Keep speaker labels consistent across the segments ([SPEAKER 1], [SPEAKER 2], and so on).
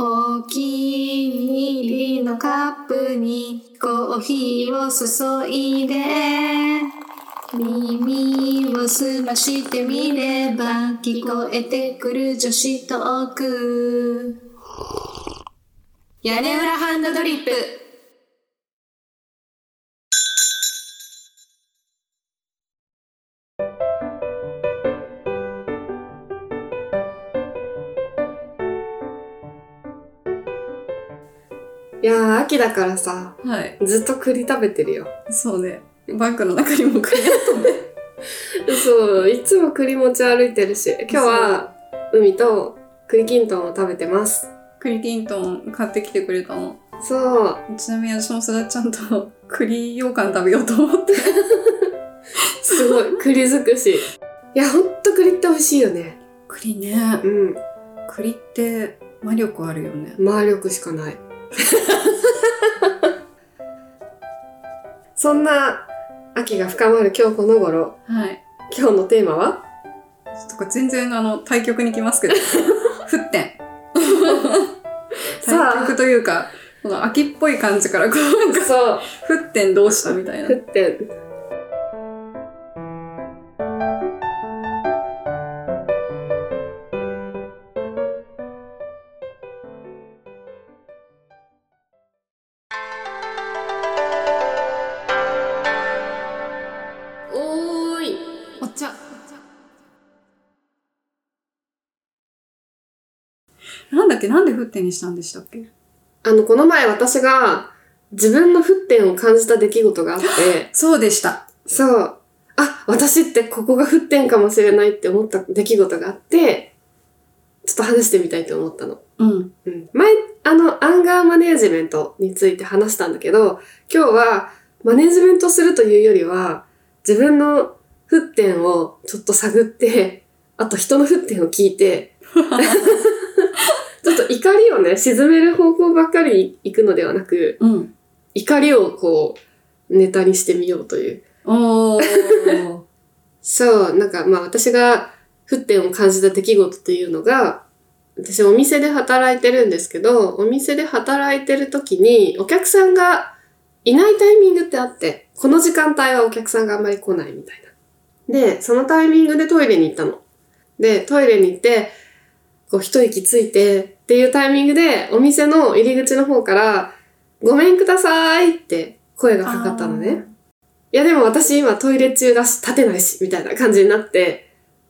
[SPEAKER 1] お気に入りのカップにコーヒーを注いで耳を澄ましてみれば聞こえてくる女子トーク屋根裏ハンドドリップ
[SPEAKER 2] いやー、秋だからさ、
[SPEAKER 3] はい。
[SPEAKER 2] ずっと栗食べてるよ。
[SPEAKER 3] そうね。バッグの中にも 栗あったね。
[SPEAKER 2] そう、いつも栗持ち歩いてるし、今日は海と栗きんとんを食べてます。
[SPEAKER 3] 栗きんとん買ってきてくれたの。
[SPEAKER 2] そう、
[SPEAKER 3] ちなみに私もすだちゃんと 栗羊羹食べようと思って。
[SPEAKER 2] す ごい、栗尽くし。いや、ほんと栗って美味しいよね。
[SPEAKER 3] 栗ね
[SPEAKER 2] う。ん、
[SPEAKER 3] 栗って魔力あるよね。
[SPEAKER 2] 魔力しか ない。そんな秋が深まる今日この頃、
[SPEAKER 3] はい。
[SPEAKER 2] 今日のテーマは
[SPEAKER 3] とか全然あの、対局に来 ますけど。沸点。
[SPEAKER 2] さあ
[SPEAKER 3] 対局というか、この秋っぽい感じからこう、なんか、
[SPEAKER 2] そう、
[SPEAKER 3] 沸点どうしたみたいな
[SPEAKER 2] 沸。点。おーい。
[SPEAKER 3] お茶。なんだっけなんで沸点にしたんでしたっけ
[SPEAKER 2] あの、この前私が自分の沸点を感じた出来事があって、
[SPEAKER 3] そうでした。
[SPEAKER 2] そう。あ、私ってここが沸点かもしれないって思った出来事があって、ちょっと話してみたいと思ったの。
[SPEAKER 3] うん。
[SPEAKER 2] うん。前、あの、アンガーマネージメントについて話したんだけど、今日はマネージメントするというよりは、自分の沸点をちょっと探って、あと人の沸点を聞いて、ちょっと怒りをね、沈める方向ばっかり行くのではなく、
[SPEAKER 3] うん。
[SPEAKER 2] 怒りをこう、ネタにしてみようという。
[SPEAKER 3] おー。
[SPEAKER 2] そう、なんかまあ私が沸点を感じた出来事っていうのが、私お店で働いてるんですけど、お店で働いてる時にお客さんがいないタイミングってあって、この時間帯はお客さんがあんまり来ないみたいな。で、そのタイミングでトイレに行ったの。で、トイレに行って、こう一息ついてっていうタイミングでお店の入り口の方から、ごめんくださいって声がかかったのね。いやでも私今トイレ中だし立てないしみたいな感じになって、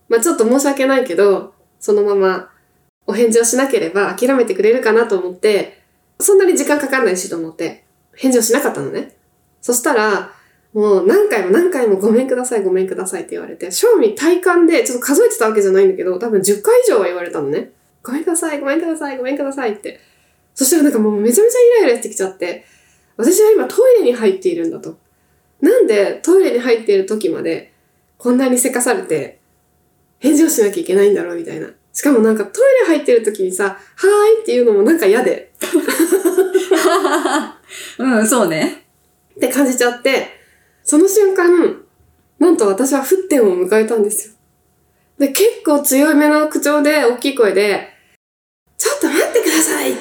[SPEAKER 2] まあちょっと申し訳ないけど、そのままお返事をしなければ諦めてくれるかなと思って、そんなに時間かかんないしと思って、返事をしなかったのね。そしたら、もう何回も何回もごめんくださいごめんくださいって言われて、正味体感で、ちょっと数えてたわけじゃないんだけど、多分10回以上は言われたのね。ごめんくださいごめんくださいごめんくださいって。そしたらなんかもうめちゃめちゃイライラしてきちゃって、私は今トイレに入っているんだと。なんでトイレに入っている時までこんなにせかされて返事をしなきゃいけないんだろうみたいな。しかもなんかトイレ入ってる時にさ、はーいっていうのもなんか嫌で
[SPEAKER 3] うん、そうね。
[SPEAKER 2] って感じちゃって、その瞬間、なんと私は沸点を迎えたんですよ。で、結構強めの口調で大きい声で、ちょっと待ってくださいっ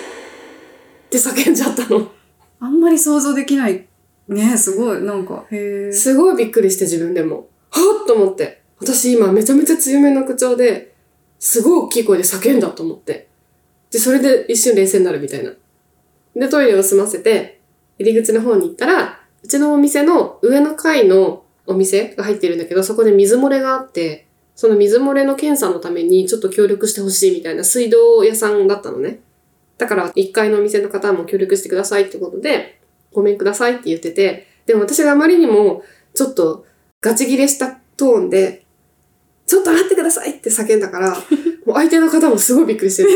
[SPEAKER 2] て叫んじゃったの。
[SPEAKER 3] あんまり想像できない。ねすごい。なんか、へえ。
[SPEAKER 2] すごいびっくりして自分でも。はっと思って。私今めちゃめちゃ強めの口調で、すごい大きい声で叫んだと思って。で、それで一瞬冷静になるみたいな。で、トイレを済ませて、入り口の方に行ったら、うちのお店の上の階のお店が入ってるんだけど、そこで水漏れがあって、その水漏れの検査のためにちょっと協力してほしいみたいな水道屋さんだったのね。だから、1階のお店の方も協力してくださいってことで、ごめんくださいって言ってて、でも私があまりにも、ちょっとガチギレしたトーンで、ちょっと待ってくださいって叫んだから、もう相手の方もすごいびっくりしてる。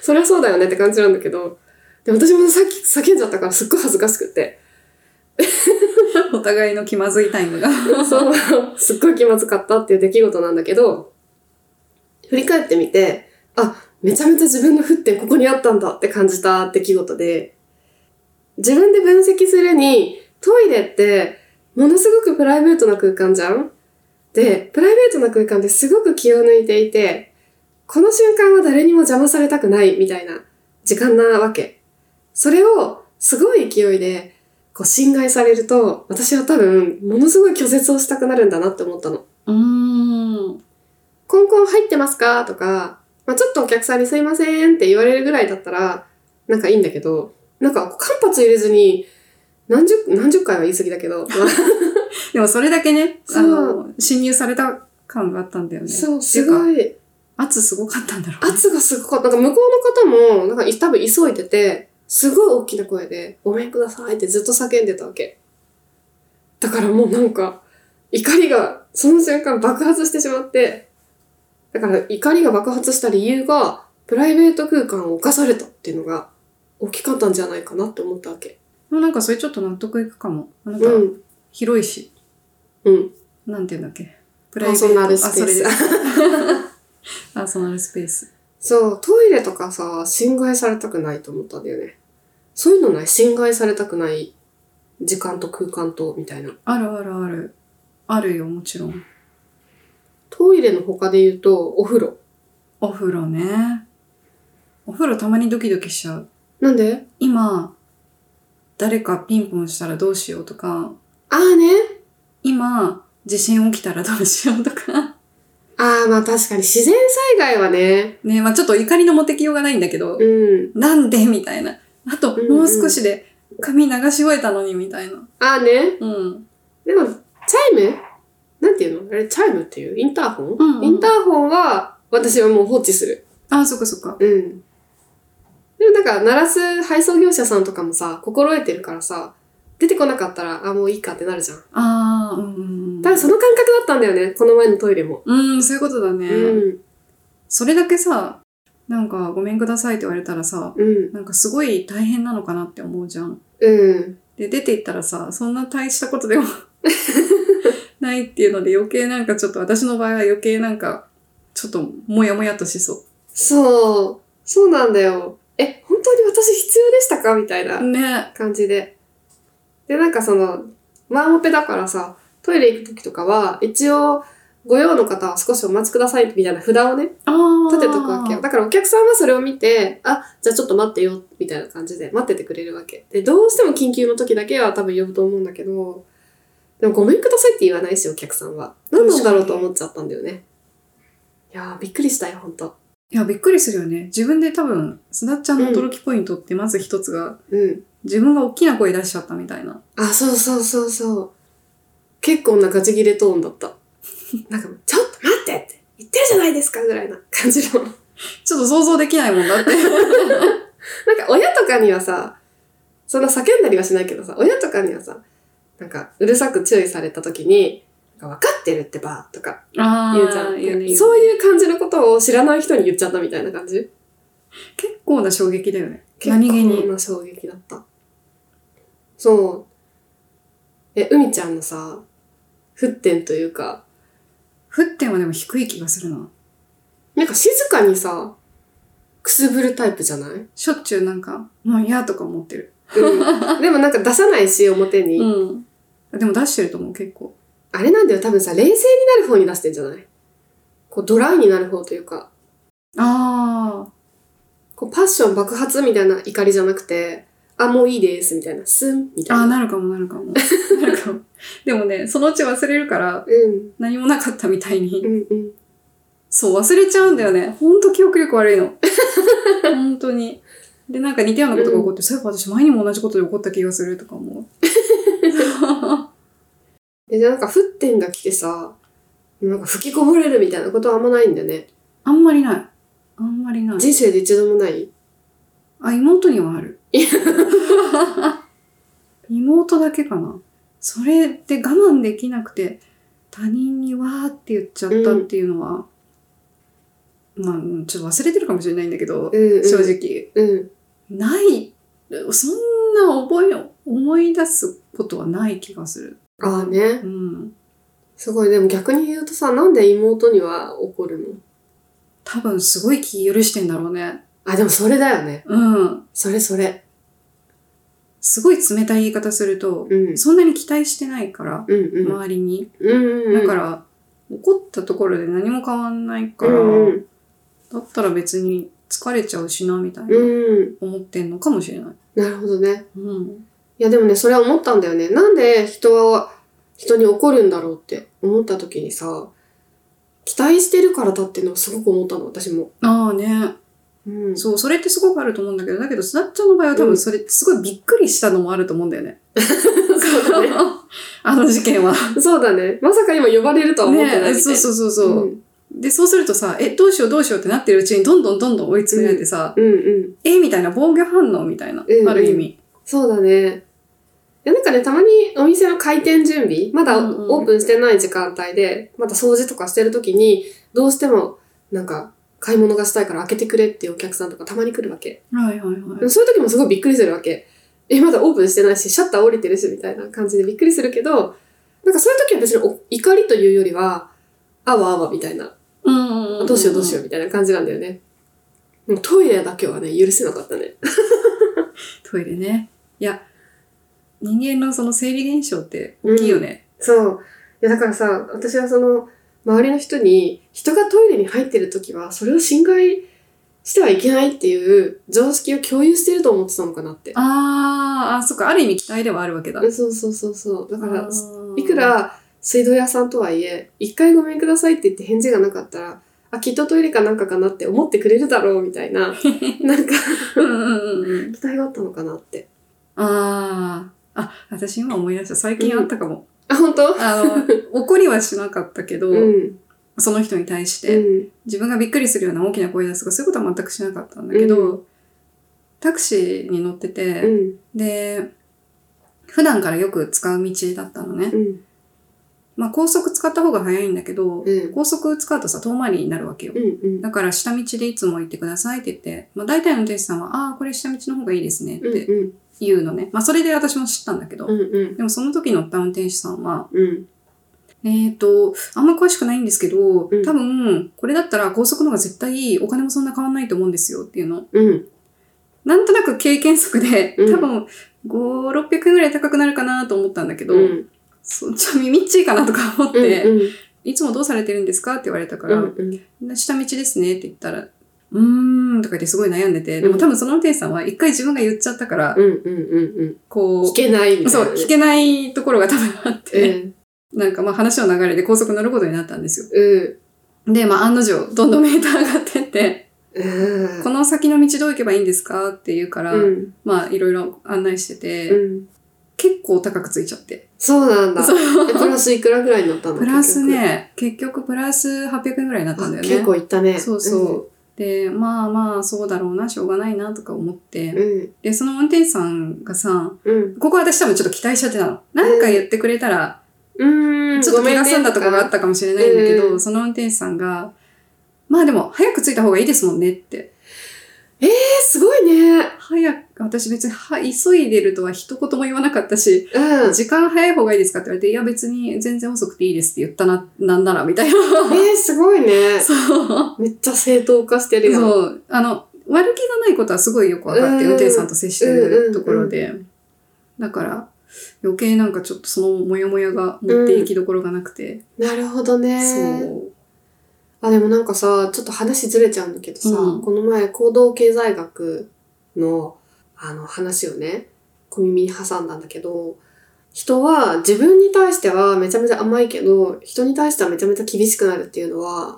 [SPEAKER 2] そりゃそうだよねって感じなんだけど、でも私もさっき叫んじゃったからすっごい恥ずかしくて、
[SPEAKER 3] お互いの気まずいタイムが。
[SPEAKER 2] そう、すっごい気まずかったっていう出来事なんだけど、振り返ってみて、あ、めちゃめちゃ自分の沸点ここにあったんだって感じた出来事で、自分で分析するに、トイレってものすごくプライベートな空間じゃんで、プライベートな空間ですごく気を抜いていて、この瞬間は誰にも邪魔されたくないみたいな時間なわけ。それをすごい勢いでこう侵害されると、私は多分ものすごい拒絶をしたくなるんだなって思ったの。
[SPEAKER 3] うーん。
[SPEAKER 2] コンコン入ってますかとか、まあ、ちょっとお客さんにすいませんって言われるぐらいだったら、なんかいいんだけど、なんか間髪入れずに、何十、何十回は言い過ぎだけ ど、まあ
[SPEAKER 3] でもそれだけね、あ
[SPEAKER 2] そ
[SPEAKER 3] の、侵入された感があったんだよね。
[SPEAKER 2] そう、
[SPEAKER 3] ってい
[SPEAKER 2] す
[SPEAKER 3] うか
[SPEAKER 2] ごい、
[SPEAKER 3] 圧すごかったんだろうね。
[SPEAKER 2] 圧がすごかった。なんか向こうの方も、なんかい多分急いでて、すごい大きな声で、ごめんくださいってずっと叫んでたわけ。だからもうなんか、怒りが、その瞬間爆発してしまって、だから怒りが爆発した理由が、プライベート空間を侵されたっていうのが、大きかったんじゃないかなって思ったわけ。
[SPEAKER 3] でもなんかそれちょっと納得いくかも。なんか
[SPEAKER 2] う、ん。
[SPEAKER 3] 広いし、
[SPEAKER 2] うん。
[SPEAKER 3] なんていうんだっけ。プ
[SPEAKER 2] パーソナルスペー
[SPEAKER 3] あ、
[SPEAKER 2] ス。
[SPEAKER 3] それパーソナルスペース。
[SPEAKER 2] そう、トイレとかさ、侵害されたくないと思ったんだよね。そういうのない侵害されたくない時間と空間と、みたいな。
[SPEAKER 3] あるあるある。あるよ、もちろん。
[SPEAKER 2] トイレの他で言うと、お風呂。
[SPEAKER 3] お風呂ね。お風呂たまにドキドキしちゃう。
[SPEAKER 2] なんで
[SPEAKER 3] 今、誰かピンポンしたらどうしようとか、
[SPEAKER 2] ああね。
[SPEAKER 3] 今、地震起きたらどうしようとか。
[SPEAKER 2] ああ、まあ確かに自然災害はね。
[SPEAKER 3] ねまあちょっと怒りの持ってきようがないんだけど、
[SPEAKER 2] うん。
[SPEAKER 3] なんでみたいな。あと、
[SPEAKER 2] うんうん
[SPEAKER 3] もう少しで髪流し終えたのにみたいな。
[SPEAKER 2] ああね。
[SPEAKER 3] うん。
[SPEAKER 2] でも、チャイムなんていうのあれ、チャイムっていうインターホン、
[SPEAKER 3] うんうん
[SPEAKER 2] インターホンは、私はもう放置する。
[SPEAKER 3] あ、そっかそっか。
[SPEAKER 2] うん。でもなんか、鳴らす配送業者さんとかもさ、心得てるからさ、出てこなかったら、あーもういいかってなるじゃん。
[SPEAKER 3] ああ、うんうんうん。
[SPEAKER 2] 多分その感覚だったんだよね。この前のトイレも。
[SPEAKER 3] うん、そういうことだね。
[SPEAKER 2] うん。
[SPEAKER 3] それだけさ、なんか、ごめんくださいって言われたらさ、
[SPEAKER 2] うん。
[SPEAKER 3] なんかすごい大変なのかなって思うじゃん。
[SPEAKER 2] うん。
[SPEAKER 3] で、出て行ったらさ、そんな大したこと でもないっていうので余計なんかちょっと私の場合は余計なんか、ちょっともやもやっとしそ
[SPEAKER 2] そう。そうなんだよ。え、本当に私必要でしたかみたいな
[SPEAKER 3] う。ね。
[SPEAKER 2] 感じで。で、なんかその、ワンオペだからさ、トイレ行く時とかは、一応、ご用の方は少しお待ちくださいみたいな札をね、
[SPEAKER 3] ああ。
[SPEAKER 2] 立てとくわけよ。だからお客さんはそれを見て、あ、じゃあちょっと待ってよ、みたいな感じで待っててくれるわけ。で、どうしても緊急の時だけは多分呼ぶと思うんだけど、でもごめんくださいって言わないし、お客さんは。何なんだろうと思っちゃったんだよね。いやー、びっくりしたよ、ほんと。
[SPEAKER 3] いや、びっくりするよね。自分で多分、すだっちゃんの驚きポイントってまず一つが、
[SPEAKER 2] うん。
[SPEAKER 3] 自分が大きな声出しちゃったみたいな。
[SPEAKER 2] あ、そうそうそうそう。結構なガチギレトーンだ った。なんか、ちょっと待ってって言ってるじゃないですかぐらいな感じの。なん か
[SPEAKER 3] ちょっと想像できないもん だって。
[SPEAKER 2] 親とかにはさ、そんな叫んだりはしないけどさ、親とかにはさ、なんかうるさく注意された時に、なんか分かってるってばとか
[SPEAKER 3] あ
[SPEAKER 2] 言うじゃん。
[SPEAKER 3] 言うね、言う
[SPEAKER 2] そう
[SPEAKER 3] ね
[SPEAKER 2] いう感じのことを知らない人に言っちゃったみたいな感じ。
[SPEAKER 3] 結構な衝撃だよね。何気
[SPEAKER 2] 結構
[SPEAKER 3] に。
[SPEAKER 2] な衝撃だった。そう。え、海ちゃんのさ、沸点というか、
[SPEAKER 3] 沸点はでも低い気がするな。
[SPEAKER 2] なんか静かにさ、くすぶるタイプじゃない、
[SPEAKER 3] しょっちゅうなんか、もう嫌とか思ってる。
[SPEAKER 2] うん、でもなんか出さないし、表に。
[SPEAKER 3] うん。でも出してると思う、結構。
[SPEAKER 2] あれなんだよ、多分さ、冷静になる方に出してんじゃないこう、ドライになる方というか、
[SPEAKER 3] ああ。
[SPEAKER 2] こう、パッション爆発みたいな怒りじゃなくて、あ、もういいです、みたいな、スン、みたい
[SPEAKER 3] ああ、
[SPEAKER 2] な。
[SPEAKER 3] なるかも、なるかも。なるか も。でもね、そのうち忘れるから、
[SPEAKER 2] うん、
[SPEAKER 3] 何もなかったみたいに
[SPEAKER 2] う。ん、うん。
[SPEAKER 3] そう、忘れちゃうんだよね。ほんと記憶力悪い の。ほんとに。で、なんか似たようなことが起こって、そういえば私前にも同じことで起こった気がするとか思う。
[SPEAKER 2] で、じゃあなんか、沸点が来てさ、なんか吹きこぼれるみたいなことはあんまないんだよね。
[SPEAKER 3] あんまりない。あんまりない。
[SPEAKER 2] 人生で一度もない
[SPEAKER 3] あ、妹にはある。 妹だけかな。それって我慢できなくて、他人にわーって言っちゃったっていうのは、まあうん、ちょっと忘れてるかもしれないんだけど、
[SPEAKER 2] うん、うん。
[SPEAKER 3] 正。直。
[SPEAKER 2] うん。
[SPEAKER 3] ない、そんな覚え、思い出すことはない気がする。
[SPEAKER 2] ああね。
[SPEAKER 3] うん。
[SPEAKER 2] すごい、でも逆に言うとさ、なんで妹には怒るの
[SPEAKER 3] 多分すごい気許してんだろうね。
[SPEAKER 2] あ、でもそれだよね。
[SPEAKER 3] うん。
[SPEAKER 2] それそれ。
[SPEAKER 3] すごい冷たい言い方すると、
[SPEAKER 2] うん。
[SPEAKER 3] そんなに期待してないから、
[SPEAKER 2] うんうん。
[SPEAKER 3] 周りに。
[SPEAKER 2] うんうんうん、
[SPEAKER 3] だから、怒ったところで何も変わんないから、
[SPEAKER 2] うんうん、
[SPEAKER 3] だったら別に疲れちゃうしな、みたいな、
[SPEAKER 2] うん。
[SPEAKER 3] 思ってんのかもしれない。
[SPEAKER 2] なるほどね。
[SPEAKER 3] うん。
[SPEAKER 2] いやでもね、それは思ったんだよね。なんで人は、人に怒るんだろうって思った時にさ、期待してるからだっていうのはすごく思ったの、私も。
[SPEAKER 3] ああね。
[SPEAKER 2] うん。
[SPEAKER 3] そう、それってすごくあると思うんだけど、だけど、すなっちゃんの場合は多分それってすごいびっくりしたのもあると思うんだよ ね。
[SPEAKER 2] そうだね。
[SPEAKER 3] あの事件は。
[SPEAKER 2] そうだね。まさか今呼ばれるとは思ってない
[SPEAKER 3] ね
[SPEAKER 2] みたい
[SPEAKER 3] そうそうそうそう。
[SPEAKER 2] ん
[SPEAKER 3] で、そうするとさ、え、どうしようどうしようってなってるうちにどんどんどんどん追い詰められてさ、
[SPEAKER 2] うんうん。
[SPEAKER 3] えみたいな防御反応みたいな、
[SPEAKER 2] うんうん
[SPEAKER 3] ある意味。
[SPEAKER 2] そうだね。いやなんかね、たまにお店の開店準備、まだ
[SPEAKER 3] うんうん
[SPEAKER 2] オープンしてない時間帯で、まだ掃除とかしてる時に、どうしても、なんか、買い物がしたいから開けてくれっていうお客さんとかたまに来るわけ。
[SPEAKER 3] はいはいはい。
[SPEAKER 2] でもそういう時もすごいびっくりするわけ。え、まだオープンしてないし、シャッター降りてるし、みたいな感じでびっくりするけど、なんかそういう時は別にお怒りというよりは、あわあわみたいな、
[SPEAKER 3] うんうんうんん
[SPEAKER 2] どうしようどうしようみたいな感じなんだよね。でもトイレだけはね、許せなかったね。
[SPEAKER 3] トイレね。いや、人間のその生理現象って大きいよね。
[SPEAKER 2] そう。いや、だからさ、私はその、周りの人に、人がトイレに入ってる時は、それを侵害してはいけないっていう常識を共有してると思ってたのかなって。
[SPEAKER 3] あーあ、そっか、ある意味期待ではあるわけだ。
[SPEAKER 2] そうそうそうそう。だから、
[SPEAKER 3] あー
[SPEAKER 2] いく、ら水道屋さんとはいえ、一回ごめんくださいって言って返事がなかったら、あ、きっとトイレかなんかかなって思ってくれるだろうみたいな、なんか、
[SPEAKER 3] うんうんうんうん。
[SPEAKER 2] 期待があったのかなって。
[SPEAKER 3] ああ、あ、私今思い出した。最近あったかも。
[SPEAKER 2] あ、本当
[SPEAKER 3] あ の、怒りはしなかったけど、
[SPEAKER 2] うん。
[SPEAKER 3] その人に対し
[SPEAKER 2] う
[SPEAKER 3] て、
[SPEAKER 2] ん。
[SPEAKER 3] 自分がびっくりするような大きな声出すとか、そういうことは全くしなかったんだけど、
[SPEAKER 2] う
[SPEAKER 3] タクシーに乗ってて、
[SPEAKER 2] うん。
[SPEAKER 3] で、普段からよく使う道だったのね。
[SPEAKER 2] うん。
[SPEAKER 3] まあ高速使った方が早いんだけど、
[SPEAKER 2] うん
[SPEAKER 3] 高速使うとさ、遠回りになるわけよ。
[SPEAKER 2] うん。うん。
[SPEAKER 3] だから下道でいつも行ってくださいって言って、まあ大体の運転手さんは、ああー、これ下道の方がいいですねっ
[SPEAKER 2] うん。
[SPEAKER 3] て言うのね。まあそれで私も知ったんだけど、
[SPEAKER 2] うん。うん。
[SPEAKER 3] でもその時乗った運転手さんは、
[SPEAKER 2] うん。
[SPEAKER 3] えっ、と、あんま詳しくないんですけど、
[SPEAKER 2] うん
[SPEAKER 3] 多分、これだったら高速の方が絶対お金もそんな変わんないと思うんですよっていうの。
[SPEAKER 2] うん。
[SPEAKER 3] なんとなく経験則で、
[SPEAKER 2] うん
[SPEAKER 3] 多分、5、600円ぐらい高くなるかなと思ったんだけど、
[SPEAKER 2] うん。
[SPEAKER 3] そっちは耳っちいかなとか思って、
[SPEAKER 2] うん。
[SPEAKER 3] いつもどうされてるんですかって言われたか
[SPEAKER 2] う
[SPEAKER 3] ら、
[SPEAKER 2] ん。うん。
[SPEAKER 3] 下道ですねって言ったら、うーんとか言ってすごい悩んでて、で
[SPEAKER 2] う
[SPEAKER 3] も
[SPEAKER 2] ん
[SPEAKER 3] 多分その運転手さんは一回自分が言っちゃったから、
[SPEAKER 2] うん。うん。
[SPEAKER 3] こ
[SPEAKER 2] 聞けないみ
[SPEAKER 3] う、
[SPEAKER 2] たい
[SPEAKER 3] そ
[SPEAKER 2] な
[SPEAKER 3] う、
[SPEAKER 2] ね。
[SPEAKER 3] 聞けないところが多分あって、
[SPEAKER 2] うん。
[SPEAKER 3] なんかまあ話の流れで高速乗ることになったんですよ。
[SPEAKER 2] うん。
[SPEAKER 3] で、まあ案の定、どんどんメーター上がってって、
[SPEAKER 2] うん。
[SPEAKER 3] この先の道どう行けばいいんですかって言うから、
[SPEAKER 2] うん。
[SPEAKER 3] まあいろいろ案内してて、
[SPEAKER 2] うん。
[SPEAKER 3] 結構高くついちゃって。
[SPEAKER 2] そうなんだ。
[SPEAKER 3] そ
[SPEAKER 2] えプラスいくらぐらいになったの
[SPEAKER 3] プラス。ね、結局プラス800円ぐらいになっ
[SPEAKER 2] 結
[SPEAKER 3] たんだよ
[SPEAKER 2] 局
[SPEAKER 3] ね。
[SPEAKER 2] 結構いったね。
[SPEAKER 3] そうそう。で、まあまあそうだろうな、しょうがないなとか思って、
[SPEAKER 2] うん。うん。
[SPEAKER 3] で、その運転手さんがさ、
[SPEAKER 2] うん。
[SPEAKER 3] ここ私多分ちょっと期待しちゃってたの。なんか言ってくれたら、
[SPEAKER 2] うーん。
[SPEAKER 3] ちょっと気が済んだとこがあったかもしれないんだけど、
[SPEAKER 2] うん
[SPEAKER 3] その運転手さんが、まあでも、早く着いた方がいいですもんねって。
[SPEAKER 2] え、すごいね。
[SPEAKER 3] 早く、私別には急いでるとは一言も言わなかったし、
[SPEAKER 2] うん。
[SPEAKER 3] 時間早い方がいいですかって言われて、いや別に全然遅くていいですって言ったな、なんなら、みたい な。
[SPEAKER 2] えー、すごいね。
[SPEAKER 3] そう。
[SPEAKER 2] めっちゃ正当化してるやん。
[SPEAKER 3] そう。あの、悪気がないことはすごいよくわかって、
[SPEAKER 2] うん
[SPEAKER 3] 運転手さんと接してるところで。だから、余計なんかちょっとそのモヤモヤが持っていきどころがなくて。
[SPEAKER 2] なるほどね。
[SPEAKER 3] そう。
[SPEAKER 2] あ、でもなんかさ、ちょっと話ずれちゃうんだけどさ、
[SPEAKER 3] うん
[SPEAKER 2] この前行動経済学のあの話をね、小耳に挟んだんだけど、人は自分に対してはめちゃめちゃ甘いけど、人に対してはめちゃめちゃ厳しくなるっていうのは、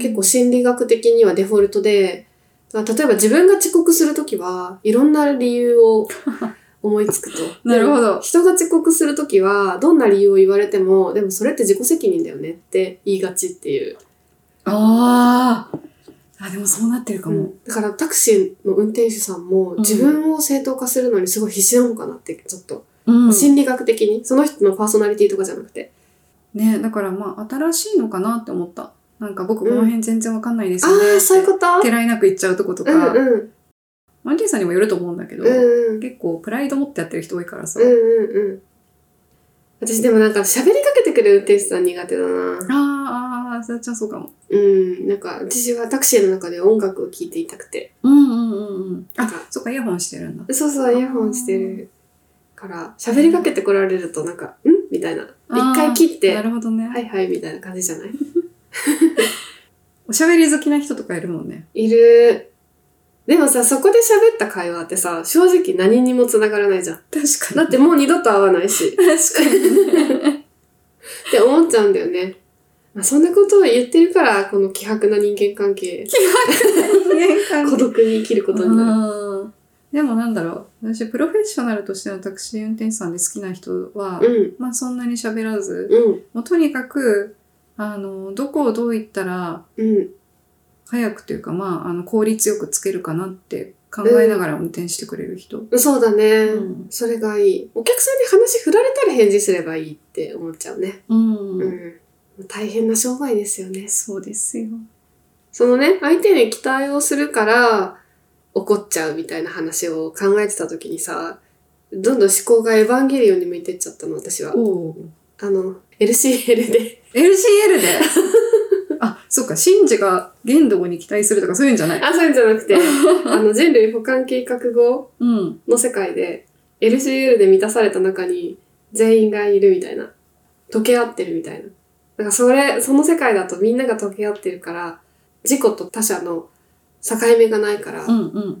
[SPEAKER 2] 結構心理学的にはデフォルトで、だから例えば自分が遅刻するときはいろんな理由を 思いつくと。
[SPEAKER 3] なるほど
[SPEAKER 2] でも人が遅刻するときはどんな理由を言われても、でもそれって自己責任だよねって言いがちっていう。
[SPEAKER 3] あーあ、でもそうなってるかも。
[SPEAKER 2] だからタクシーの運転手さんも
[SPEAKER 3] ん
[SPEAKER 2] 自分を正当化するのにすごい必死なのかなって、ちょっと、
[SPEAKER 3] うん
[SPEAKER 2] 心理学的に、その人のパーソナリティとかじゃなくて。
[SPEAKER 3] ねだからまあ、新しいのかなって思った。なんか僕この辺全然わかんないですよね。
[SPEAKER 2] ああ、そういうこと
[SPEAKER 3] てらいなく言っちゃうとこと
[SPEAKER 2] う
[SPEAKER 3] か、
[SPEAKER 2] んうん。
[SPEAKER 3] マンティさんにもよると思うんだけど、
[SPEAKER 2] うんうん。
[SPEAKER 3] 結構プライド持ってやってる人多いからさ。
[SPEAKER 2] うんうんうん。私でもなんか喋りかけてくる運転手さん苦手だな。
[SPEAKER 3] あーあー、さっちゃんそうかも。
[SPEAKER 2] うん、なんか私はタクシーの中で音楽を聴いていたくて。
[SPEAKER 3] うんうんうんうん。
[SPEAKER 2] なん
[SPEAKER 3] あ、
[SPEAKER 2] か
[SPEAKER 3] そっか、イヤホンしてるんだ。
[SPEAKER 2] そうそう、イヤホンしてるから、喋りかけてこられるとなんか、んみたいな。で
[SPEAKER 3] あー
[SPEAKER 2] 一回切って、
[SPEAKER 3] な
[SPEAKER 2] は
[SPEAKER 3] るほどね。
[SPEAKER 2] いはいみたいな感じじゃない
[SPEAKER 3] おしゃべり好きな人とかいるもんね。
[SPEAKER 2] いる。でもさ、そこで喋った会話ってさ、正直何にも繋がらないじゃん。
[SPEAKER 3] 確だ
[SPEAKER 2] だっ
[SPEAKER 3] って
[SPEAKER 2] てもう二度と会わないし。
[SPEAKER 3] 確かに。
[SPEAKER 2] って思っちゃうんだよね。まあ、そんなことを言ってるから、この希薄な人間 関係、
[SPEAKER 3] 人間
[SPEAKER 2] 孤独に生きる ことになる。
[SPEAKER 3] うんでもなんだろう。私、プロフェッショナルとしてのタクシー運転手さんで好きな人は、
[SPEAKER 2] うん、
[SPEAKER 3] まあそんなに喋らず、
[SPEAKER 2] うん、
[SPEAKER 3] もうとにかく、あの、どこをどう行ったら、
[SPEAKER 2] うん。
[SPEAKER 3] 早くというか、まあ、あの、効率よくつけるかなって考えながら運転してくれる人。
[SPEAKER 2] そうだね、
[SPEAKER 3] うん
[SPEAKER 2] それがいい。お客さんに話振られたら返事すればいいって思っちゃうね。
[SPEAKER 3] うん
[SPEAKER 2] うん、大変な商売ですよね。
[SPEAKER 3] そうですよ。
[SPEAKER 2] そのね、相手に期待をするから怒っちゃうみたいな話を考えてた時にさ、どんどん思考がエヴァンゲリオンに向いてっちゃったの、私は。
[SPEAKER 3] おー
[SPEAKER 2] あの、LCL で。
[SPEAKER 3] LCL であ、そうか、シンジが言動に期待するとかそういうんじゃない。
[SPEAKER 2] あ、そういうんじゃなくて、あの、人類補完計画後
[SPEAKER 3] うん。
[SPEAKER 2] の世界で、LCL で満たされた中に全員がいるみたいな。溶け合ってるみたいな。なんかそれ、その世界だとみんなが溶け合ってるから、自己と他者の境目がないから、
[SPEAKER 3] うん